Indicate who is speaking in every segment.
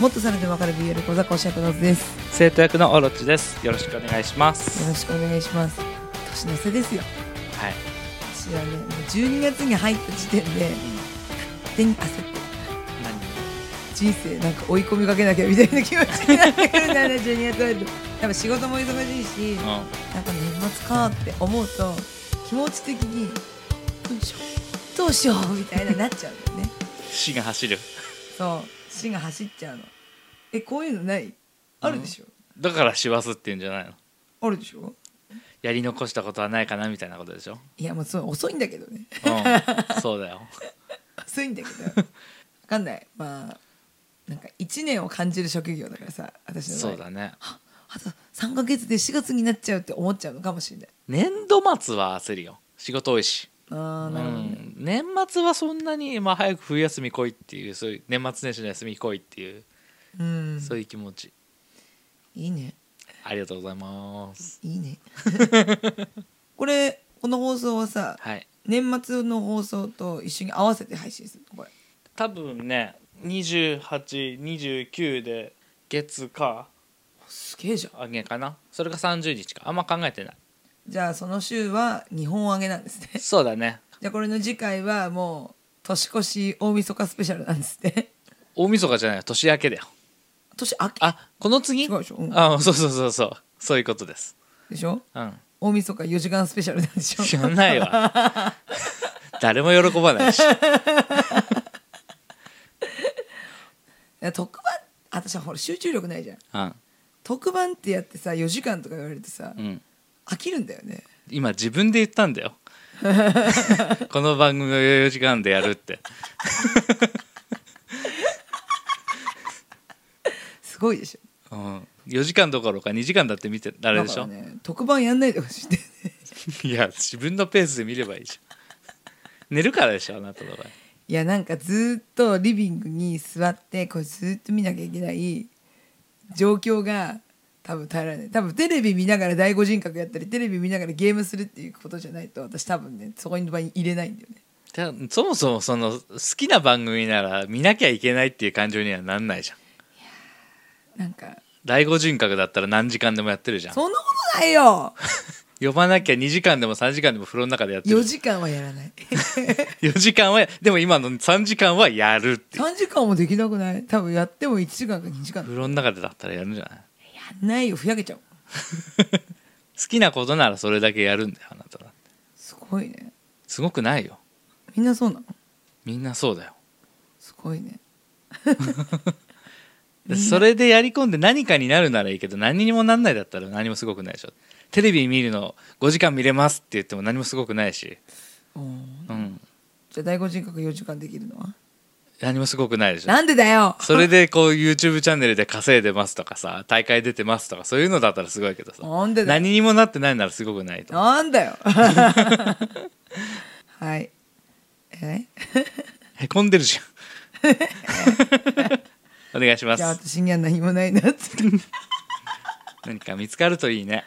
Speaker 1: もっとされてわかる BL 小坂おしゃくのずです
Speaker 2: 生徒役のオロチですよろしくお願いしま
Speaker 1: よ
Speaker 2: す
Speaker 1: ろしくお願いします年の瀬ですよ
Speaker 2: はい
Speaker 1: 私はねもう12月に入った時点で勝手に焦って人生なんか追い込みかけなきゃみたいな気持ちになってくるんだよね 12月入ると多分仕事も忙しいし
Speaker 2: 何うん
Speaker 1: なんか年末かって思うと気持ち的にどうしようどうしようみたいななっちゃうんだよね
Speaker 2: 死が走る
Speaker 1: そう死が走っちゃうのえこういうのないあるでしょ、
Speaker 2: だから師走っていうんじゃないの
Speaker 1: あるでしょ
Speaker 2: やり残したことはないかなみたいなことでしょ、
Speaker 1: いやもうそれ遅いんだけどね
Speaker 2: うん、そうだよ
Speaker 1: 遅いんだけど分かんないまあなんか1年を感じる職業だからさ私の場合
Speaker 2: そうだね
Speaker 1: あと3ヶ月で4月になっちゃうって思っちゃうのかもしれない
Speaker 2: 年度末は焦るよ仕事多いし、
Speaker 1: あ
Speaker 2: う
Speaker 1: ーなるほどね、
Speaker 2: ん、年末はそんなに、まあ、早く冬休み来いっていうそういう年末年始の休み来いっていう、
Speaker 1: うん
Speaker 2: そういう気持ち
Speaker 1: いいね
Speaker 2: ありがとうございます
Speaker 1: いいねこれこの放送はさ
Speaker 2: はい
Speaker 1: 年末の放送と一緒に合わせて配信するのこれ
Speaker 2: 多分ね2829で月か
Speaker 1: すげえじゃん
Speaker 2: 上げかなそれが30日かあんま考えてない
Speaker 1: じゃあその週は2本上げなんですね
Speaker 2: そうだね
Speaker 1: じゃあこれの次回はもう年越し大晦日スペシャルなんですね
Speaker 2: 大晦日じゃない年明けだよ
Speaker 1: 年明け
Speaker 2: あこの次
Speaker 1: 違うでしょうん
Speaker 2: あそうそうそうそうそういうことです
Speaker 1: でしょ
Speaker 2: うん
Speaker 1: 大晦日4時間スペシャルなんでしょ
Speaker 2: 知らないわ 誰も喜ばないし
Speaker 1: いや特番私はほら集中力ないじゃん
Speaker 2: うん、
Speaker 1: 特番ってやってさ4時間とか言われるとさ、
Speaker 2: うん、
Speaker 1: 飽きるんだよね
Speaker 2: 今自分で言ったん だよこの番組を4時間でやるって
Speaker 1: すごいでしょ
Speaker 2: うん、4時間どころか2時間だって見てられるでしょ、
Speaker 1: だからね、特番やんないでほしいんだよね
Speaker 2: いや自分のペースで見ればいいじゃん寝るからでしょあなたの場合
Speaker 1: いやなんかずーっとリビングに座ってこれずーっと見なきゃいけない状況が多分耐えられない多分テレビ見ながら第五人格やったりテレビ見ながらゲームするっていうことじゃないと私多分ねそこに場に入れないんだよね
Speaker 2: だからそもそもその好きな番組なら見なきゃいけないっていう感情にはなんないじゃん
Speaker 1: なんか
Speaker 2: 第五人格だったら何時間でもやってるじゃん
Speaker 1: そんなことない よ
Speaker 2: 呼ばなきゃ2時間でも3時間でも風呂の中でやってる
Speaker 1: 4時間はやらない
Speaker 2: 4時間はでも今の3時間はやるって
Speaker 1: 3時間もできなくない多分やっても1時間か2時間だ
Speaker 2: 風呂の中でだったらやるんじゃない
Speaker 1: やんないよふやけちゃう
Speaker 2: 好きなことならそれだけやるんだよあなただって
Speaker 1: すごいね
Speaker 2: すごくないよ
Speaker 1: みんなそうなの
Speaker 2: みんなそうだよ
Speaker 1: すごいね
Speaker 2: でそれでやり込んで何かになるならいいけど何にもなんないだったら何もすごくないでしょテレビ見るの5時間見れますって言っても何もすごくないし、
Speaker 1: おー
Speaker 2: うん、
Speaker 1: じゃあ第五人格4時間できるのは
Speaker 2: 何もすごくないでしょ
Speaker 1: なんでだ よ
Speaker 2: それでこう YouTube チャンネルで稼いでますとかさ大会出てますとかそういうのだったらすごいけどさ
Speaker 1: なんでだよ
Speaker 2: 何にもなってないならすごくないと
Speaker 1: なんだ よはいえ
Speaker 2: へこんでるじ ゃんお願いしま
Speaker 1: じゃあ
Speaker 2: す
Speaker 1: 私には何もない なって
Speaker 2: 何か見つかるといいね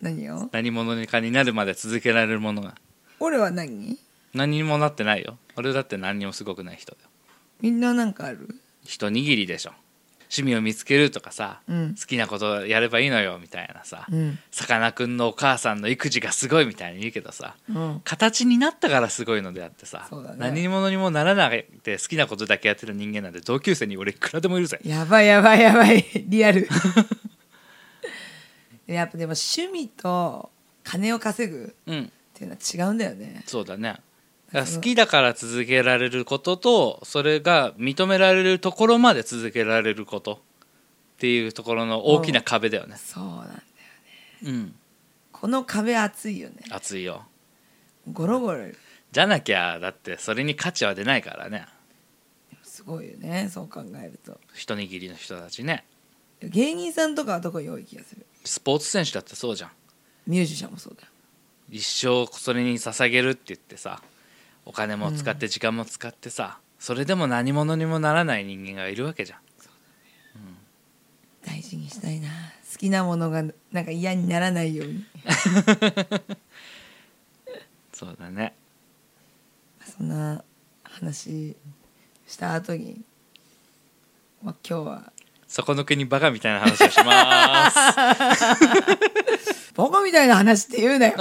Speaker 1: 何よ
Speaker 2: 何者かになるまで続けられるものが
Speaker 1: 俺は何
Speaker 2: 何にもなってないよ俺だって何にもすごくない人だよ
Speaker 1: みんななんかある
Speaker 2: 一握りでしょ趣味を見つけるとかさ、
Speaker 1: うん
Speaker 2: 好きなことやればいいのよみたいなさ
Speaker 1: うん
Speaker 2: さかなクンのお母さんの育児がすごいみたいに言うけどさ
Speaker 1: うん
Speaker 2: 形になったからすごいのであってさ、
Speaker 1: そうだね
Speaker 2: 何者にもならなくて好きなことだけやってる人間なんて同級生に俺いくらでもいるぜ
Speaker 1: やばいやばいやばいリアルやっぱでも趣味と金を稼ぐ
Speaker 2: うん
Speaker 1: っていうのは違うんだよね
Speaker 2: そうだねだから好きだから続けられることとそれが認められるところまで続けられることっていうところの大きな壁だよね
Speaker 1: そうなんだよ
Speaker 2: うん
Speaker 1: この壁厚いよね
Speaker 2: 熱いよ
Speaker 1: ゴロゴロ
Speaker 2: じゃなきゃだってそれに価値は出ないからね
Speaker 1: すごいよねそう考えると
Speaker 2: 一握りの人たちね
Speaker 1: 芸人さんとかは特に多い気がする
Speaker 2: スポーツ選手だってそうじゃん
Speaker 1: ミュージシャンもそうだよ
Speaker 2: 一生それに捧げるって言ってさお金も使って時間も使ってさ、それでも何者にもならない人間がいるわけじゃん
Speaker 1: 大事にしたいな好きなものがなんか嫌にならないように
Speaker 2: そうだね
Speaker 1: そんな話した後にまあ今日は
Speaker 2: 底抜けにバカみたいな話をし ます。
Speaker 1: バカみたいな話って言う なよ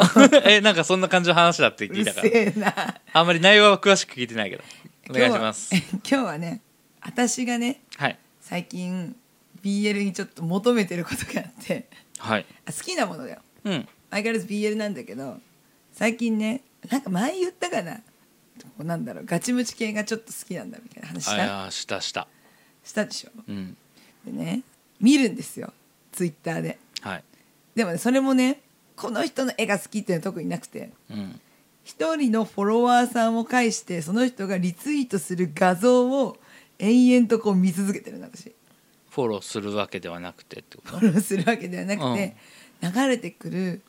Speaker 2: え、なんかそんな感じの話だって
Speaker 1: う
Speaker 2: 聞い
Speaker 1: る
Speaker 2: たか
Speaker 1: せ
Speaker 2: ら。
Speaker 1: えな
Speaker 2: あんまり内容は詳しく聞いてないけど。お願いします。
Speaker 1: 今日は今日はね私がね
Speaker 2: はい。
Speaker 1: 最近 BL にちょっと求めてることがあって
Speaker 2: はい。
Speaker 1: あ好きなものだよ
Speaker 2: うん。
Speaker 1: 相変わらず BL なんだけど最近ねなんか前言ったかなこうなんだろうガチムチ系がちょっと好きなんだみたいな話し
Speaker 2: あ
Speaker 1: た
Speaker 2: やーしたした。
Speaker 1: したでしょ
Speaker 2: うん。
Speaker 1: でね見るんですよツイッターで
Speaker 2: はい。
Speaker 1: でもねそれもねこの人の絵が好きっていうのは特になくて
Speaker 2: うん。
Speaker 1: 一人のフォロワーさんを介してその人がリツイートする画像を延々とこう見続けてるの私
Speaker 2: フォローするわけではなくてってこと
Speaker 1: フォローするわけではなくて、流れてくる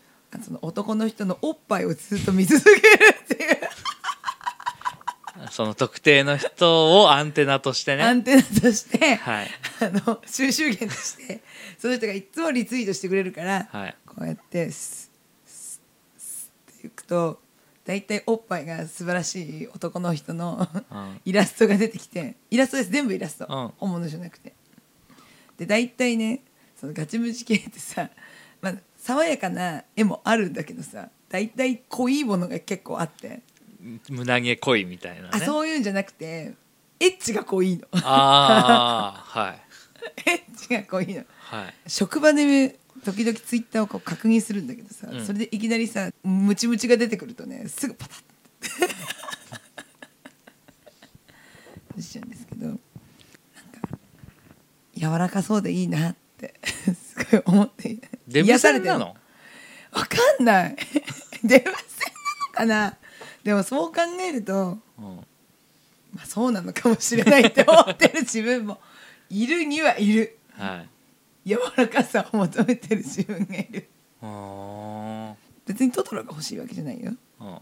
Speaker 1: その男の人のおっぱいをずっと見続けるっていう
Speaker 2: その特定の人をアンテナとして
Speaker 1: ア
Speaker 2: ね。
Speaker 1: ンテナとして、
Speaker 2: はい
Speaker 1: あの収集源としてその人がいつもリツイートしてくれるから、
Speaker 2: はい
Speaker 1: こうやってスッスッスッっていくと大体おっぱいが素晴らしい男の人の、
Speaker 2: ん
Speaker 1: イラストが出てきてイラストです全部イラスト、
Speaker 2: うん
Speaker 1: 本物じゃなくて。で大体ねそのガチムチ系ってさ、まあ、爽やかな絵もあるんだけどさ大体濃いものが結構あって、
Speaker 2: 胸毛濃いみたいなね。
Speaker 1: あ
Speaker 2: う。
Speaker 1: そういうんじゃなくてエッチが濃いの。
Speaker 2: ああ、はい。
Speaker 1: え違うこういうの
Speaker 2: はい。
Speaker 1: 職場で時々ツイッターをこう確認するんだけどさ、
Speaker 2: うん
Speaker 1: それでいきなりさムチムチが出てくるとねすぐパタッてしちゃうんですけどなんか柔らかそうでいいなってすごい思って
Speaker 2: デブさん
Speaker 1: る
Speaker 2: なの
Speaker 1: わかんない デブ戦なのかなでもそう考えると
Speaker 2: うん。
Speaker 1: まあそうなのかもしれないって思ってる自分もいるにはいる。
Speaker 2: はい。
Speaker 1: 柔らかさを求めてる自分がいる
Speaker 2: うーん。
Speaker 1: 別にトトロが欲しいわけじゃないよい
Speaker 2: うん。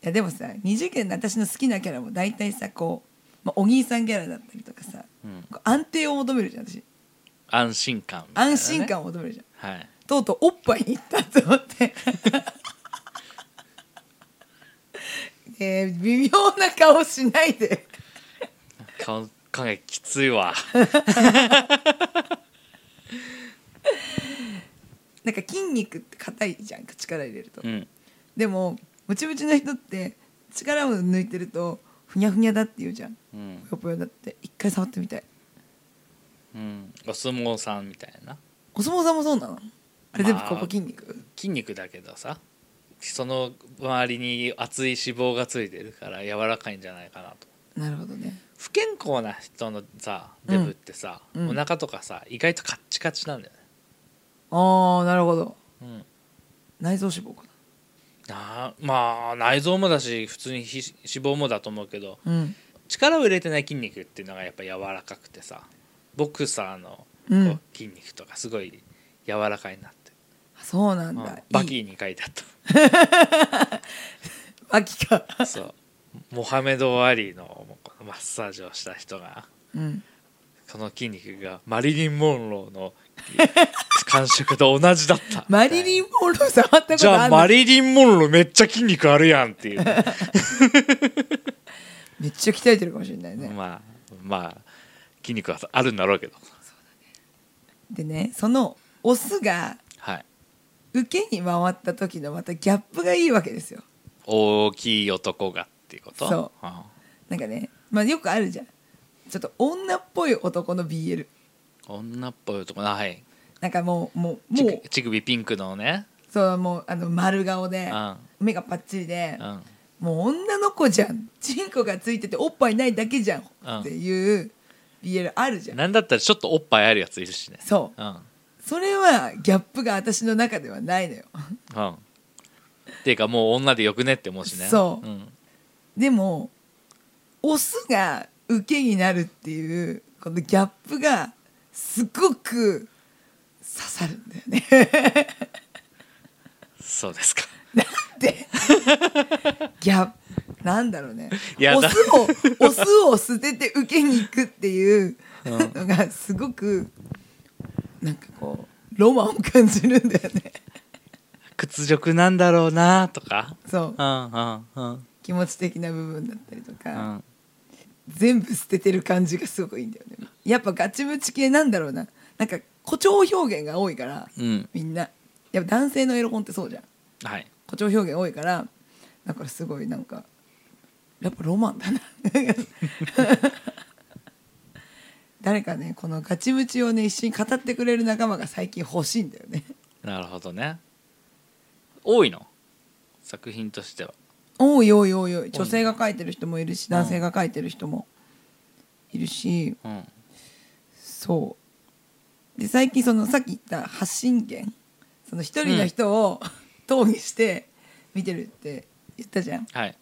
Speaker 1: やでもさ二次元の私の好きなキャラも大体さこう、まあ、お兄さんキャラだったりとかさ、
Speaker 2: うん
Speaker 1: こう安定を求めるじゃん私
Speaker 2: 安心感みたいなね
Speaker 1: 安心感を求めるじゃん、
Speaker 2: はい
Speaker 1: とうとうおっぱいに行ったと思ってえー、微妙な顔しないで
Speaker 2: 顔影きついわ
Speaker 1: なんか筋肉って硬いじゃん力入れると、
Speaker 2: うん
Speaker 1: でもムチムチの人って力を抜いてるとふにゃふにゃだって言うじゃん
Speaker 2: うん、
Speaker 1: ぷよぷよだって一回触ってみたい
Speaker 2: うん、お相撲さんみたいな
Speaker 1: お相撲さんもそうなのあれ全部ここ
Speaker 2: まあ
Speaker 1: 筋肉、
Speaker 2: 筋肉だけどさその周りに厚い脂肪がついてるから柔らかいんじゃないかなと
Speaker 1: なるほどね
Speaker 2: 不健康な人のさデブってさ、
Speaker 1: うんうん
Speaker 2: お腹とかさ意外とカッチカチなんだよね、
Speaker 1: ああなるほど
Speaker 2: うん、
Speaker 1: 内臓脂肪か
Speaker 2: なあまあ内臓もだし普通に皮脂肪もだと思うけど
Speaker 1: なうん
Speaker 2: 力を入れてない筋肉っていうのがやっぱ柔らかくてさボクサーの
Speaker 1: うん
Speaker 2: こう筋肉とかすごい柔らかいなって、
Speaker 1: あそうなん
Speaker 2: うん
Speaker 1: だ、いい
Speaker 2: バキーに書いてあっ
Speaker 1: バキか
Speaker 2: たそうモハメド・アリのマッサージをした人が
Speaker 1: うん
Speaker 2: その筋肉がマリリン・モンローの感触と同じだった
Speaker 1: マリリン・モンロー触ったこと
Speaker 2: じゃ
Speaker 1: あ
Speaker 2: あ
Speaker 1: るの
Speaker 2: マリリン・モンローめっちゃ筋肉あるやんっ ていう、
Speaker 1: めっちゃ鍛えてるかもしれないね、
Speaker 2: まあまあ筋肉はあるんだろうけど
Speaker 1: でねそのオスが
Speaker 2: はい
Speaker 1: 受けに回った時のまたギャップがいいわけですよ
Speaker 2: 大きい男がっていうこと、
Speaker 1: そう
Speaker 2: ん
Speaker 1: なんかねまあよくあるじゃんちょっと女っぽい男の BL
Speaker 2: 女っぽい男なはい
Speaker 1: なんかもうもう
Speaker 2: 乳
Speaker 1: もう
Speaker 2: 首乳首ピンクのね
Speaker 1: そうもうあの丸顔で
Speaker 2: うん
Speaker 1: 目がパッチリで
Speaker 2: うん
Speaker 1: もう女の子じゃんチンコがついてておっぱいないだけじゃん
Speaker 2: うん
Speaker 1: っていう BL あるじゃん
Speaker 2: なんだったらちょっとおっぱいあるやついるしね、
Speaker 1: そう
Speaker 2: ん
Speaker 1: それはギャップが私の中ではないのよ
Speaker 2: うん、っていうかもう女でよくねって思うしね
Speaker 1: そう
Speaker 2: うん、
Speaker 1: でもオスが受けになるっていうこのギャップがすごく刺さるんだよね
Speaker 2: そうですか
Speaker 1: でギャップなんだろうね
Speaker 2: いや
Speaker 1: オ
Speaker 2: だ
Speaker 1: スをオスを捨てて受けに行くっていうのがすごくなんかこうロマンを感じるんだよね
Speaker 2: 屈辱なんだろうなとか
Speaker 1: そう
Speaker 2: うんうんうん
Speaker 1: 気持ち的な部分だったりと
Speaker 2: う
Speaker 1: か、
Speaker 2: ん
Speaker 1: 全部捨ててる感じがすごくいいんだよねやっぱガチムチ系なんだろうななんか誇張表現が多いから、
Speaker 2: うん
Speaker 1: みんなやっぱ男性のエロ本ってそうじゃん
Speaker 2: はい
Speaker 1: 誇張表現多いからだからすごいなんかやっぱロマンだな 誰かねこのガチムチをね一緒に語ってくれる仲間が最近欲しいんだよね
Speaker 2: なるほどね多いの作品としては
Speaker 1: おいおいおいおい女性が書いてる人もいるし男性が書いてる人もいるし、
Speaker 2: うん
Speaker 1: そうで最近そのさっき言った発信源その一人の人を 討議して見てるって言ったじゃん
Speaker 2: はい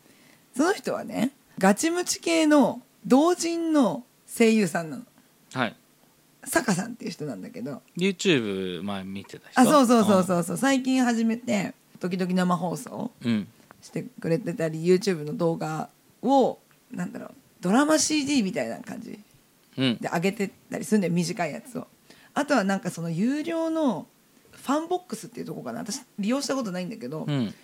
Speaker 1: その人はねガチムチ系の同人の声優さんなの
Speaker 2: はい
Speaker 1: 坂さんっていう人なんだけど
Speaker 2: YouTube 前見てた人
Speaker 1: あそうそうそうそうそう最近始めて時々生放送
Speaker 2: うん、うん
Speaker 1: してくれてたり YouTube の動画をなんだろうドラマ CD みたいな感じ
Speaker 2: うん
Speaker 1: で上げてったりするんだよ短いやつをあとはなんかその有料のファンボックスっていうとこかな私利用したことないんだけど、
Speaker 2: うん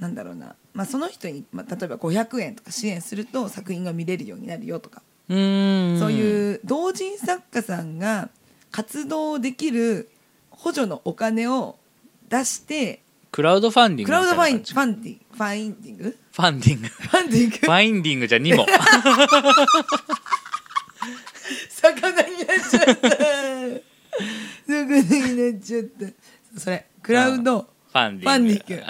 Speaker 1: なんだろうな、まあ、その人に、まあ、例えば500円とか支援すると作品が見れるようになるよとか、
Speaker 2: うーん
Speaker 1: そういう同人作家さんが活動できる補助のお金を出して
Speaker 2: クラウドファンディング
Speaker 1: クラウドファイン
Speaker 2: み
Speaker 1: フ
Speaker 2: たい
Speaker 1: ァ
Speaker 2: な
Speaker 1: ンディファインディング
Speaker 2: 感じファンディ ングフ
Speaker 1: ファンディング
Speaker 2: ァインディングじ ゃにも
Speaker 1: 魚になっちゃった魚になっちゃったそれクラウド
Speaker 2: ファンディング
Speaker 1: ファンディング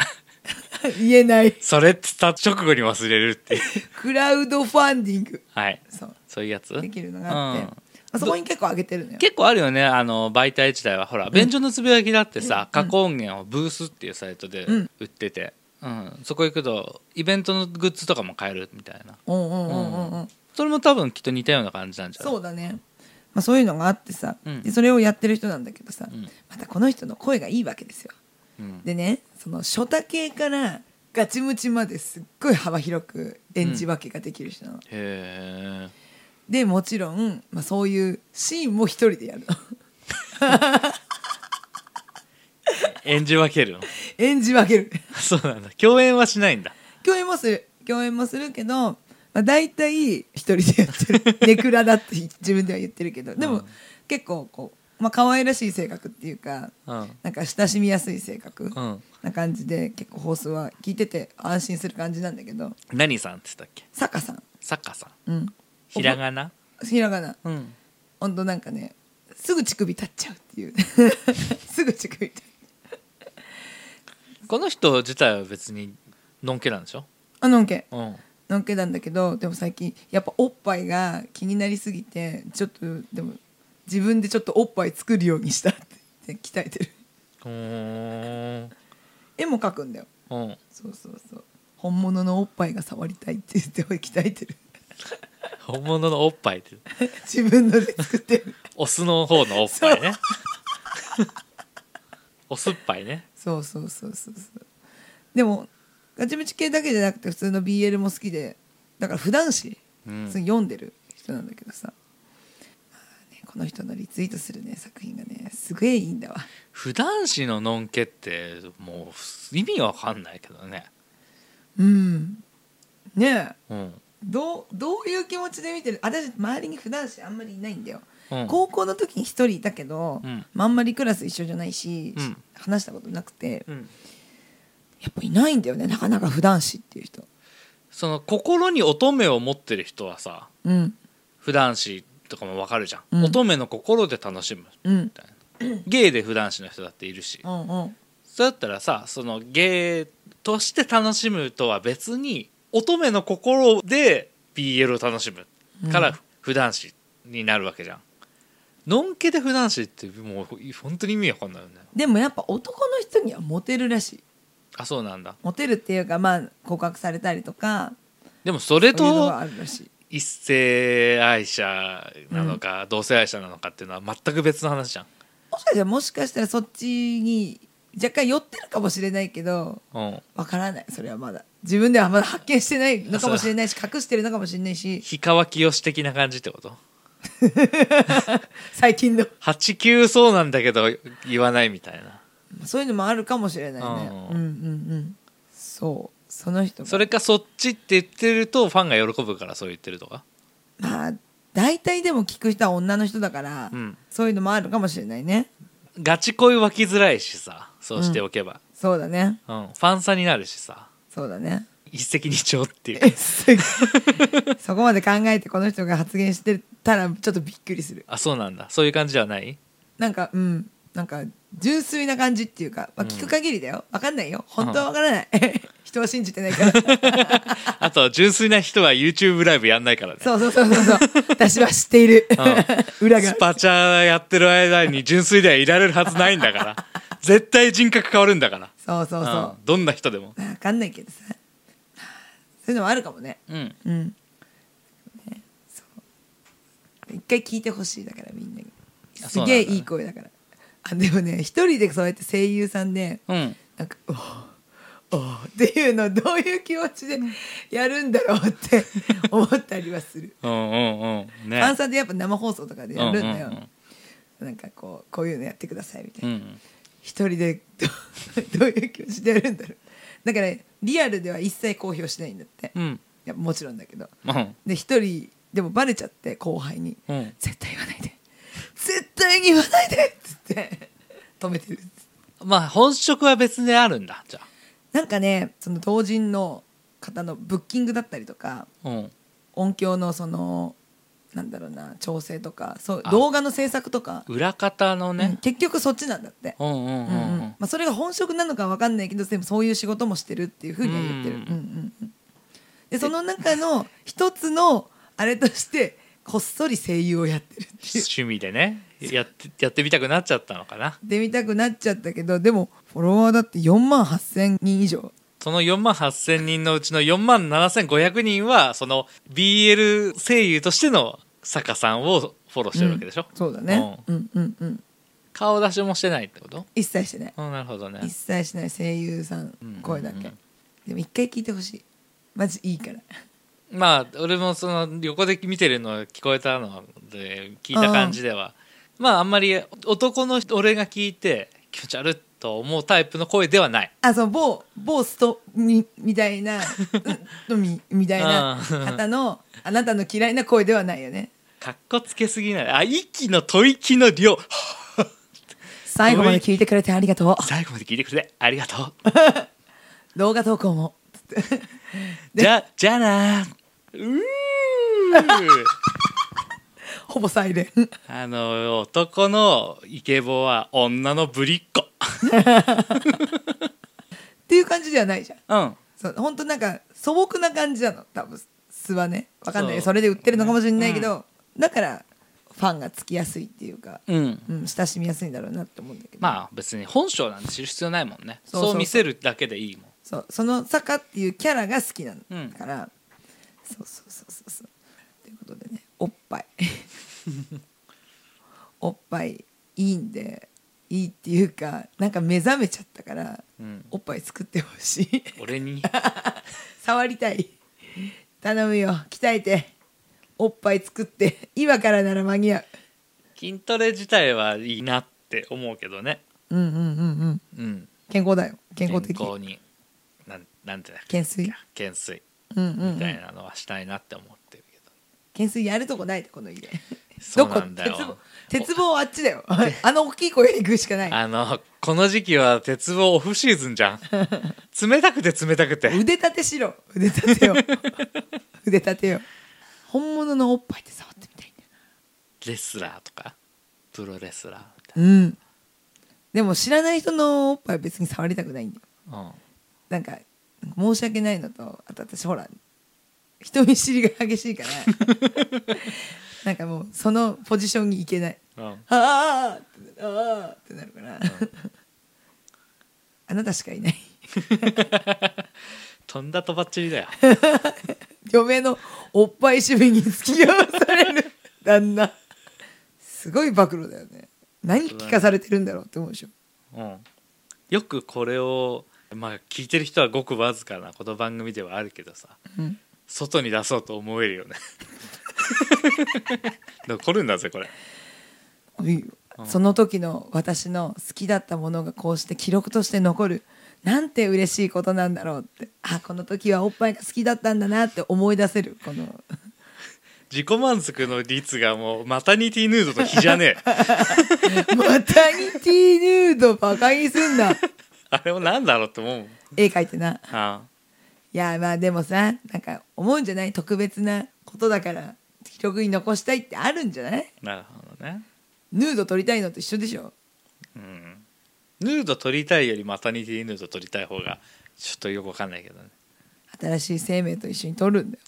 Speaker 1: 言えない
Speaker 2: それっつった直後に忘れるっ ていう
Speaker 1: クラウドファンディング
Speaker 2: はい
Speaker 1: そう
Speaker 2: そういうやつ
Speaker 1: できるのがあって、
Speaker 2: うん
Speaker 1: まあ、そこに結構上げてるのよ
Speaker 2: 結構あるよねあの媒体自体はほら「便所のつぶやき」だってさ、過去音源をブースっていうサイトで
Speaker 1: うん
Speaker 2: 売ってて、うん、そこ行くとイベントのグッズとかも買えるみたいな
Speaker 1: うんうんうんうんうん
Speaker 2: それも多分きっと似たような感じなんじゃない
Speaker 1: そうだね、まあ、そういうのがあってさ、
Speaker 2: うん
Speaker 1: でそれをやってる人なんだけどさ、
Speaker 2: ん
Speaker 1: またこの人の声がいいわけですよ
Speaker 2: うん
Speaker 1: でねその初多系からガチムチまですっごい幅広く演じ分けができる人なの、
Speaker 2: へえ
Speaker 1: でもちろん、まあ、そういうシーンも一人でやるの
Speaker 2: 演じ分けるの
Speaker 1: 演じ分ける
Speaker 2: そうなんだ共演はしないんだ
Speaker 1: 共演もする共演もするけど、まあ、大体一人でやってる ネクラだって自分では言ってるけどでも、
Speaker 2: うん
Speaker 1: 結構こう、まあ可愛らしい性格っていうか
Speaker 2: うん
Speaker 1: なんか親しみやすい性格
Speaker 2: うん
Speaker 1: な感じで結構放送は聞いてて安心する感じなんだけど
Speaker 2: 何さんって言ったっけ
Speaker 1: 坂さん、
Speaker 2: サッカーさん
Speaker 1: うん、
Speaker 2: ひらがな
Speaker 1: ひらがな
Speaker 2: うん
Speaker 1: ほんとなんかねすぐ乳首立っちゃうって いうすぐ乳首立っ
Speaker 2: この人自体は別にのんけなんでしょ
Speaker 1: あのんけ
Speaker 2: うん
Speaker 1: のっけなんだけどでも最近やっぱおっぱいが気になりすぎてちょっとでも自分でちょっとおっぱい作るようにしたって言って鍛えてる
Speaker 2: うーん
Speaker 1: 絵も描くんだよ
Speaker 2: うん
Speaker 1: そうそうそう本物のおっぱいが触りたいって言って鍛えてる
Speaker 2: 本物のおっぱいって
Speaker 1: 自分ので作ってる
Speaker 2: オスの方のおっぱいね。おすっぱいね。
Speaker 1: そうそうそうそうそうでもガチムチ系だけじゃなくて普通の BL も好きでだから普段誌、
Speaker 2: うん
Speaker 1: 普通に読んでる人なんだけどさ、まあね、この人のリツイートするね作品がねすげえいいんだわ
Speaker 2: 普段子ののんけってもう意味わかんないけどね。
Speaker 1: うんねえ
Speaker 2: うん。
Speaker 1: どうどういう気持ちで見てる私周りに普段子あんまりいないんだよ、
Speaker 2: うん
Speaker 1: 高校の時に一人いたけど、
Speaker 2: うん
Speaker 1: まあ、あんまりクラス一緒じゃないし、
Speaker 2: うん
Speaker 1: 話したことなくて、
Speaker 2: うん、
Speaker 1: やっぱいないんだよねなかなか普段子っていう人
Speaker 2: その心に乙女を持ってる人はさ、
Speaker 1: うん
Speaker 2: 普段子とかもわかるじゃん。
Speaker 1: うん
Speaker 2: 乙女の心で楽しむみ
Speaker 1: うん
Speaker 2: たいな。ゲイで普段子の人だっているし
Speaker 1: う。んうん
Speaker 2: そうだったらさ、そのゲイとして楽しむとは別に乙女の心で BL を楽しむか
Speaker 1: うん
Speaker 2: ら普段子になるわけじゃん。のんけで普段子ってもう本当に意味わかんないよね。
Speaker 1: でもやっぱ男の人にはモテるらしい
Speaker 2: あ、そうなんだ。
Speaker 1: モテるっていうかまあ告白されたりとか
Speaker 2: でもそれ
Speaker 1: そういうの
Speaker 2: と
Speaker 1: があるらしい
Speaker 2: 一性愛者なのか同性愛者なのかっていうのは全く別の話じゃん。
Speaker 1: もしかしたらもしかしたらそっちに若干寄ってるかもしれないけど
Speaker 2: うん。
Speaker 1: わからないそれはまだ自分ではまだ発見してないのかもしれないし隠してるのかもしれないし
Speaker 2: 氷川きよし的な感じってこと
Speaker 1: 最近の
Speaker 2: 八九そうなんだけど言わないみたいな。
Speaker 1: そういうのもあるかもしれないね
Speaker 2: う
Speaker 1: うんんうんうんそうその人が
Speaker 2: それかそっちって言ってるとファンが喜ぶからそう言ってるとか。
Speaker 1: まあ大体でも聞く人は女の人だから、
Speaker 2: うん
Speaker 1: そういうのもあるかもしれないね
Speaker 2: ガチ恋湧きづらいしさそうしておけば、
Speaker 1: そうだね
Speaker 2: うんファンサになるしさ
Speaker 1: そうだね
Speaker 2: 一石二鳥っていうか
Speaker 1: えすごいそこまで考えてこの人が発言してたらちょっとびっくりする
Speaker 2: あそうなんだそういう感じではない
Speaker 1: なんかうんなんか純粋な感じっていうか、まあ、聞く限りだよ分かんないよ本当は分からない、人は信じてないから
Speaker 2: あと純粋な人は YouTube ライブやんないからね
Speaker 1: そうそうそうそう そう私は知っている、裏が
Speaker 2: スパチャやってる間に純粋ではいられるはずないんだから 絶対人格変わるんだから
Speaker 1: そうそうそう
Speaker 2: うんどんな人でも
Speaker 1: 分かんないけどさそういうのもあるかもね
Speaker 2: うん
Speaker 1: うん、ね、そう一回聞いてほしいだからみんなに
Speaker 2: あ
Speaker 1: す
Speaker 2: そうなんだ
Speaker 1: げえいい声だからあでもね一人でそうやって声優さんで
Speaker 2: うん
Speaker 1: なんか「おーおーっていうのをどういう気持ちでやるんだろうって 思ったりはする。
Speaker 2: うんうんうんね
Speaker 1: ファンさんでやっぱ生放送とかでやるんだよ、
Speaker 2: うんうん
Speaker 1: なんかこうこういうのやってくださいみたいうな、
Speaker 2: ん
Speaker 1: 一人でどどう いう気持ちでやるんだろうだからリアルでは一切公表しないんだって、
Speaker 2: う
Speaker 1: い
Speaker 2: ん
Speaker 1: やもちろんだけど
Speaker 2: うん
Speaker 1: で一人でもバレちゃって後輩に、
Speaker 2: うん
Speaker 1: 絶対言わないで絶対に言わないでっつって止めてる
Speaker 2: まあ本職は別であるんだじゃ
Speaker 1: なんかねその同人の方のブッキングだったりとか
Speaker 2: あうん
Speaker 1: 音響のそのなんだろうな調整とかそう
Speaker 2: あ
Speaker 1: 動画の制作とか、
Speaker 2: 裏方の
Speaker 1: うん
Speaker 2: ね、
Speaker 1: 結局そっちなんだって、
Speaker 2: うん、うんうん
Speaker 1: う
Speaker 2: うん
Speaker 1: うん
Speaker 2: ん、
Speaker 1: まあ、それが本職なのかわかんないけどでもそういう仕事もしてるっていうふうには言ってる、
Speaker 2: う
Speaker 1: うんんうんうんでその中の一つのあれとしてこっそり声優をやってるっていう
Speaker 2: 趣味でねやってやってみたくなっちゃったのかな
Speaker 1: 出みたくなっちゃったけどでもフォロワーだって4万8,000人以上
Speaker 2: その4万8000人のうちの4万7500人はその BL 声優としての坂さんをフォローしてるわけでしょ、
Speaker 1: そうだね、
Speaker 2: う
Speaker 1: うん、うんうん
Speaker 2: 顔出しもしてないってこと
Speaker 1: 一切してない
Speaker 2: うんなるほどね
Speaker 1: 一切しない声優さん
Speaker 2: うん
Speaker 1: 声だけ、
Speaker 2: うんうん
Speaker 1: でも一回聞いてほしいマジいいから
Speaker 2: まあ俺もその横で見てるの聞こえたので聞いた感じではまああんまり男の人俺が聞いて気持ち悪っと思うタイプの声ではない
Speaker 1: あそう某某ストみみたい なうんみみたいな
Speaker 2: うん
Speaker 1: 方のあなたの嫌いな声ではないよね
Speaker 2: かっこつけすぎないあ息の吐息の量
Speaker 1: 最後まで聞いてくれてありがとう
Speaker 2: 最後まで聞いてくれてありがと
Speaker 1: 動画投稿もつって
Speaker 2: うじゃじゃあなうー
Speaker 1: ほぼサイレン
Speaker 2: あの男のイケボは女のぶりっ子
Speaker 1: っていう感じではないじゃん
Speaker 2: うん
Speaker 1: そう本当なんか素朴な感じなの多分素はねわかんない
Speaker 2: そう
Speaker 1: それで売ってるのかもしれないけど、だからファンがつきやすいっていうか、
Speaker 2: うん
Speaker 1: うん、親しみやすいんだろうなって思うんだけど、
Speaker 2: まあ別に本性なんて知る必要ないもんね
Speaker 1: そうそうそう
Speaker 2: そう見せるだけでいいもん
Speaker 1: そうその坂っていうキャラが好きなん
Speaker 2: うん
Speaker 1: だから、そうそうそうそうそうということでねおっ ぱいおっぱいいいんでいいっていうかなんか目覚めちゃったから、
Speaker 2: うん
Speaker 1: おっぱい作ってほしい
Speaker 2: 俺 に
Speaker 1: 触りたい頼むよ鍛えておっぱい作って今からなら間に合う
Speaker 2: 筋トレ自体はいいなって思うけどね、
Speaker 1: うんうんうんうん
Speaker 2: うん、
Speaker 1: 健康だよ健康的
Speaker 2: 健康になんなんてだっけ
Speaker 1: 懸垂
Speaker 2: 懸垂
Speaker 1: うんうんうん
Speaker 2: みたいなのはしたいなって思ってるけど、
Speaker 1: 懸垂やるとこないってこの家
Speaker 2: そ
Speaker 1: ど
Speaker 2: うな
Speaker 1: こ
Speaker 2: んだよ
Speaker 1: 鉄棒鉄棒はあっちだ よあの大きい声で行くしかない
Speaker 2: あのこの時期は鉄棒オフシーズンじゃ ん冷たくて冷たくて
Speaker 1: 腕立てしろ腕立て よ腕立てよ本物のおっぱいって触ってみたいんだよ
Speaker 2: レスラーとかプロレスラーみたい
Speaker 1: なうんでも知らない人のおっぱいは別に触りたくないんだよ
Speaker 2: な、うん、
Speaker 1: なんか申し訳ないのとあと私ほら人見知りが激しいから なんかもうそのポジションに行けない
Speaker 2: うん
Speaker 1: あーあーあーってなるから、あなたしかいない
Speaker 2: とんだとばっちりだよ
Speaker 1: 嫁のおっぱい趣味に付き合わされる旦那すごい暴露だよね何聞かされてるんだろうって思うでしょ
Speaker 2: うん、よくこれをまあ聞いてる人はごくわずかなこの番組ではあるけどさ、
Speaker 1: うん
Speaker 2: 外に出そうと思えるよ ね残るんだぜこれ
Speaker 1: いいよその時の私の好きだったものがこうして記録として残るなんて嬉しいことなんだろうってあこの時はおっぱいが好きだったんだなって思い出せるこの
Speaker 2: 自己満足の率がもうマタニティヌードと比じゃね え
Speaker 1: マタニティヌードバカにすんな
Speaker 2: あれもなんだろうって思うもん
Speaker 1: 絵描いてな
Speaker 2: あ
Speaker 1: いやまあでもさなんか思うんじゃない特別なことだから記録に残したいってあるんじゃない
Speaker 2: あなるほどね
Speaker 1: ヌード撮りたいのと一緒でしょ
Speaker 2: うんヌード撮りたいよりマタニティヌード撮りたい方がちょっとよくわかんないけ どね
Speaker 1: 新しい生命と一緒に撮るんだよ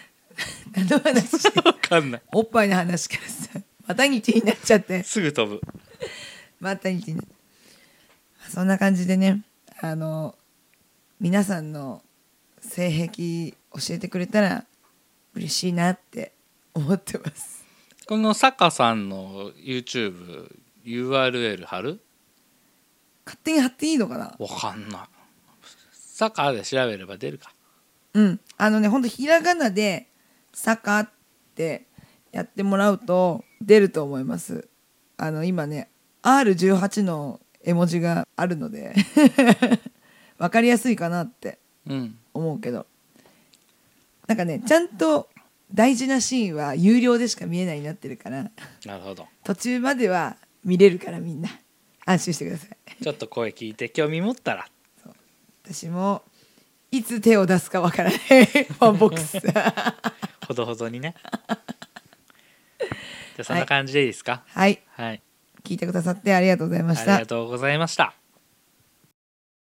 Speaker 1: 何の話
Speaker 2: わかんない
Speaker 1: おっぱいの話からさマタニティになっちゃって
Speaker 2: すぐ飛ぶ
Speaker 1: マタニティになっそんな感じでねあの皆さんの性癖教えてくれたら嬉しいなって思ってます
Speaker 2: この坂さんの YouTubeURL 貼る
Speaker 1: 勝手に貼っていいのかな
Speaker 2: わかんない坂で調べれば出るか
Speaker 1: うん、あのねほんとひらがなで「サカ」ってやってもらうと出ると思いますあの今ね R18 の絵文字があるので わかりやすいかなって
Speaker 2: うん
Speaker 1: 思うけどなんかねちゃんと大事なシーンは有料でしか見えないようになってるから
Speaker 2: なるほど
Speaker 1: 途中までは見れるからみんな安心してください
Speaker 2: ちょっと声聞いて興味持ったら
Speaker 1: 私もいつ手を出すかわからない ファンボックス
Speaker 2: ほどほどに ねじゃあそんな感じでいいですか
Speaker 1: はい
Speaker 2: はい、
Speaker 1: 聞いてくださってありがとうございまし
Speaker 2: あり
Speaker 1: た
Speaker 2: が。とうございました